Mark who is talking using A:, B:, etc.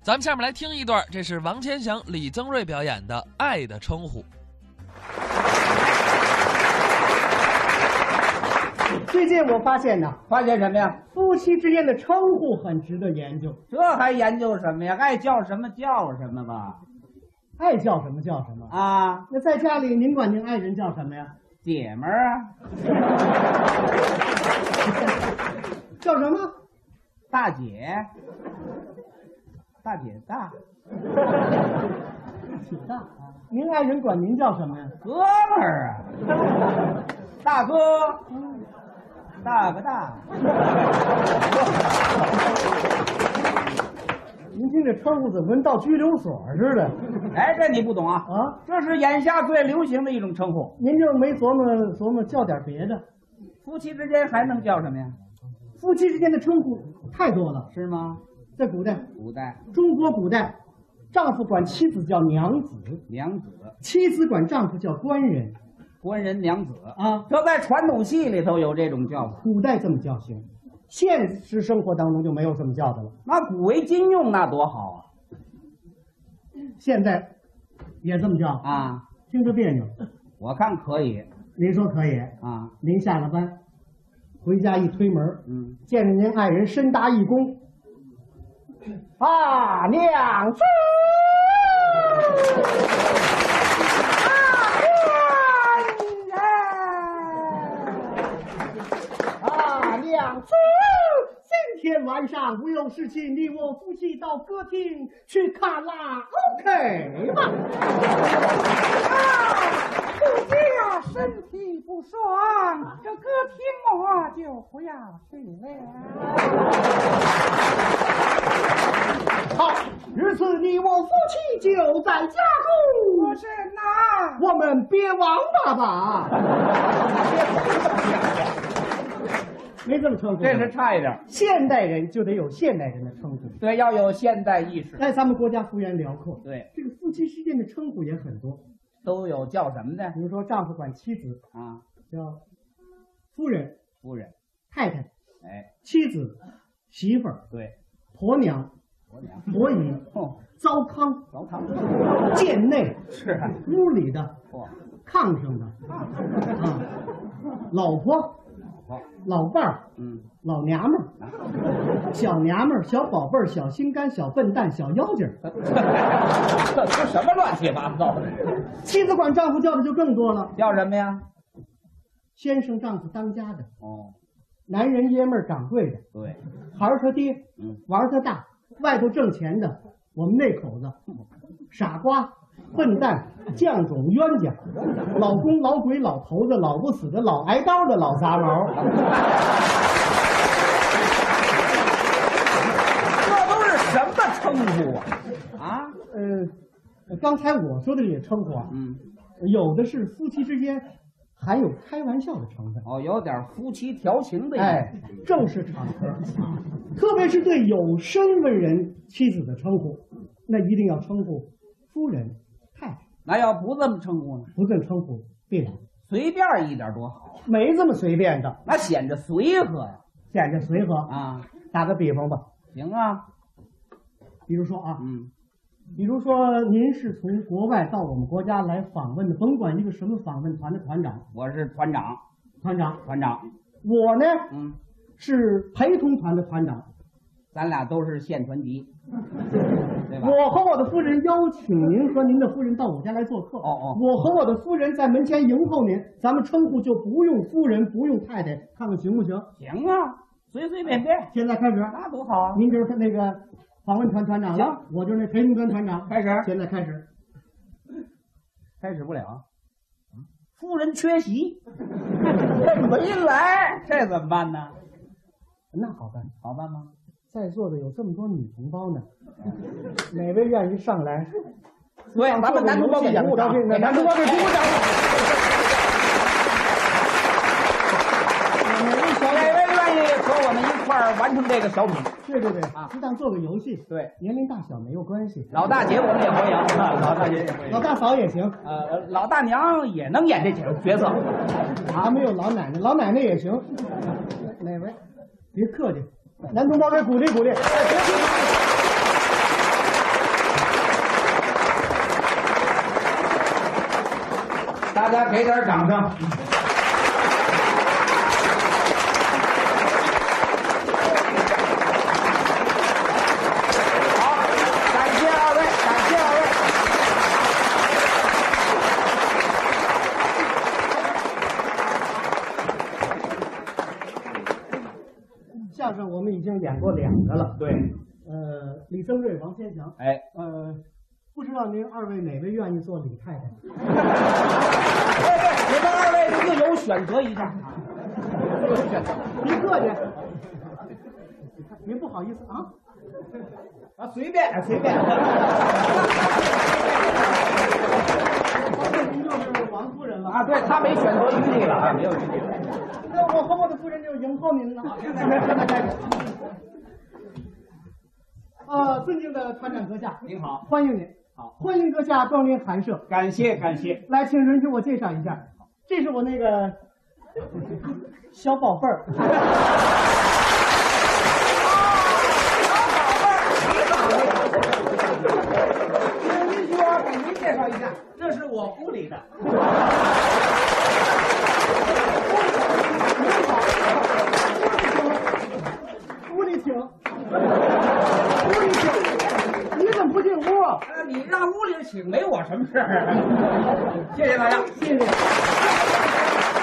A: 咱们下面来听一段，这是王千祥、李增瑞表演的《爱的称呼》。
B: 最近我发现呐，
C: 发现什么呀？
B: 夫妻之间的称呼很值得研究，
C: 这还研究什么呀？爱叫什么叫什么吧。
B: 爱叫什么叫什么。
C: 啊，
B: 那在家里，您管您爱人叫什么呀？
C: 姐们儿啊，
B: 叫什么？
C: 大姐，大姐大，
B: 挺大啊。您爱人管您叫什么呀？
C: 哥们儿啊，大哥，大哥大，
B: 您听这称呼怎么跟到拘留所似的
C: 哎，这你不懂啊？
B: 啊？
C: 这是眼下最流行的一种称呼，
B: 您就没琢磨琢磨叫点别的？
C: 夫妻之间还能叫什么呀？
B: 夫妻之间的称呼太多了，
C: 是吗？
B: 在古代，
C: 古代
B: 中国古代，丈夫管妻子叫娘子，
C: 娘子，
B: 妻子管丈夫叫官人
C: 官人娘子，
B: 啊。
C: 这在传统戏里头有这种叫法，
B: 古代这么叫行，现实生活当中就没有这么叫的了。
C: 那古为今用，那多好
B: 现在也这么叫
C: 啊！，啊，
B: 听着别扭。
C: 我看可以
B: 您说可以？
C: 啊，
B: 您下了班，回家一推门，
C: 嗯。
B: 见着您爱人深搭一躬，
C: 啊，娘子，
B: 啊，两夫，今天晚上我有事情，你我夫妻到歌厅去看啦，OK 吧？
D: 最近啊，身体不爽，这歌厅我就不要去了。
B: 好，日子你我夫妻就在家中
D: 我，是哪？
B: 我们别王八吧。没这么称呼，
C: 这是差一点儿。
B: 现代人就得有现代人的称呼。
C: 对，要有现代意识。
B: 在咱们国家幅员辽阔，
C: 对，
B: 这个夫妻之间的称呼也很多。
C: 都有叫什么的
B: 比如说，丈夫管妻子
C: 啊？
B: 叫夫人、
C: 夫人，
B: 太太、
C: 哎，
B: 妻子、媳妇儿、
C: 对，
B: 婆娘、
C: 婆娘，
B: 婆姨、
C: 哦，
B: 糟糠、
C: 糟糠，
B: 贱内、
C: 是啊，
B: 屋里的、
C: 嚯，
B: 炕上的、啊，老婆、
C: 好，
B: 老伴儿、
C: 嗯，
B: 老娘们儿、小娘们儿、小宝贝儿、小心肝、小笨蛋、小妖精儿。
C: 这这都什么乱七八糟的？
B: 妻子管丈夫叫的就更多了，
C: 叫什么呀？
B: 先生、丈夫、当家的。
C: 哦，
B: 男人爷们儿掌柜的，
C: 对，
B: 孩儿他爹，
C: 嗯，
B: 娃儿他大，外头挣钱的，我们那口子，傻瓜、笨蛋、犟种、冤家，老公、老鬼、老头子、老不死的、老挨刀的、老杂毛，
C: 这都是什么称呼啊？啊，
B: 呃，刚才我说的这些称呼啊，
C: 嗯，
B: 有的是夫妻之间含有开玩笑的成分，
C: 哦，有点夫妻调情的意思。
B: 哎，正式场合，特别是对有身份人妻子的称呼，那一定要称呼夫人、太太。
C: 那要不这么称呼呢？
B: 不正称呼，必然
C: 随便一点多好，
B: 没这么随便的，
C: 那显着随和呀。
B: 显着随和。
C: 啊，
B: 打个比方吧，
C: 行啊，
B: 比如说啊，
C: 嗯，
B: 比如说您是从国外到我们国家来访问的，甭管一个什么访问团的团长，
C: 我是团长，
B: 团长，
C: 团长，
B: 我呢
C: 嗯，
B: 是陪同团的团长，
C: 咱俩都是县团级，对吧？
B: 我和我的夫人邀请您和您的夫人到我家来做客。
C: 哦哦
B: 我和我的夫人在门前迎候您，咱们称呼就不用夫人，不用太太，看看行不行？
C: 行啊，随随便便，
B: 现在开始，
C: 那多好啊！
B: 您就是那个访问团团长了，我就是那陪同团团长。
C: 开始，
B: 现在开始。
C: 开始不了。夫人缺席，这没来，这怎么办呢？
B: 那好办，
C: 好办吗？
B: 在座的有这么多女同胞呢， 哪位愿意上来？
C: 对，咱们男同胞给鼓鼓掌，给男同胞给鼓鼓掌。 哪位愿意和我们一块儿完成这个小品？
B: 对对对
C: 啊
B: 适当做个游戏，
C: 对，
B: 年龄大小没有关系，
C: 老大姐我们也欢迎，啊老大姐也欢
B: 老
C: 迎。
B: 大嫂也行，
C: 呃，老大娘也能演这角角色，
B: 咱们有老奶奶，老奶奶也行。哪位？别客气，男同胞给鼓励鼓励。
C: 大家给点掌声。好，感谢二位，感谢二位。
B: 相声我们已经演过两个了，
C: 对，
B: 呃，李增瑞、王千祥，
C: 哎，
B: 呃，不知道您二位哪位愿意做李太太？
C: 你们二位自由选择一下。
B: 您客气，您不好意思啊。
C: 啊，随便随便。
B: 您就是王夫人了
C: 啊，对他没选择余地了啊，没有余地了。
B: 那我和我的夫人就迎候 您了。啊，尊敬的团长阁下，
C: 您好，
B: 欢迎您，
C: 好，
B: 欢迎阁下光临寒舍。
C: 感谢感谢。
B: 来，请允许我介绍一下，这是我那个小宝贝儿。
C: 您说，给您介绍一下，这是我屋里的。啊
B: 屋里请，屋里请，你怎么不进屋啊？
C: 呃，你让屋里请没我什么事儿。谢谢大家。
B: 谢谢。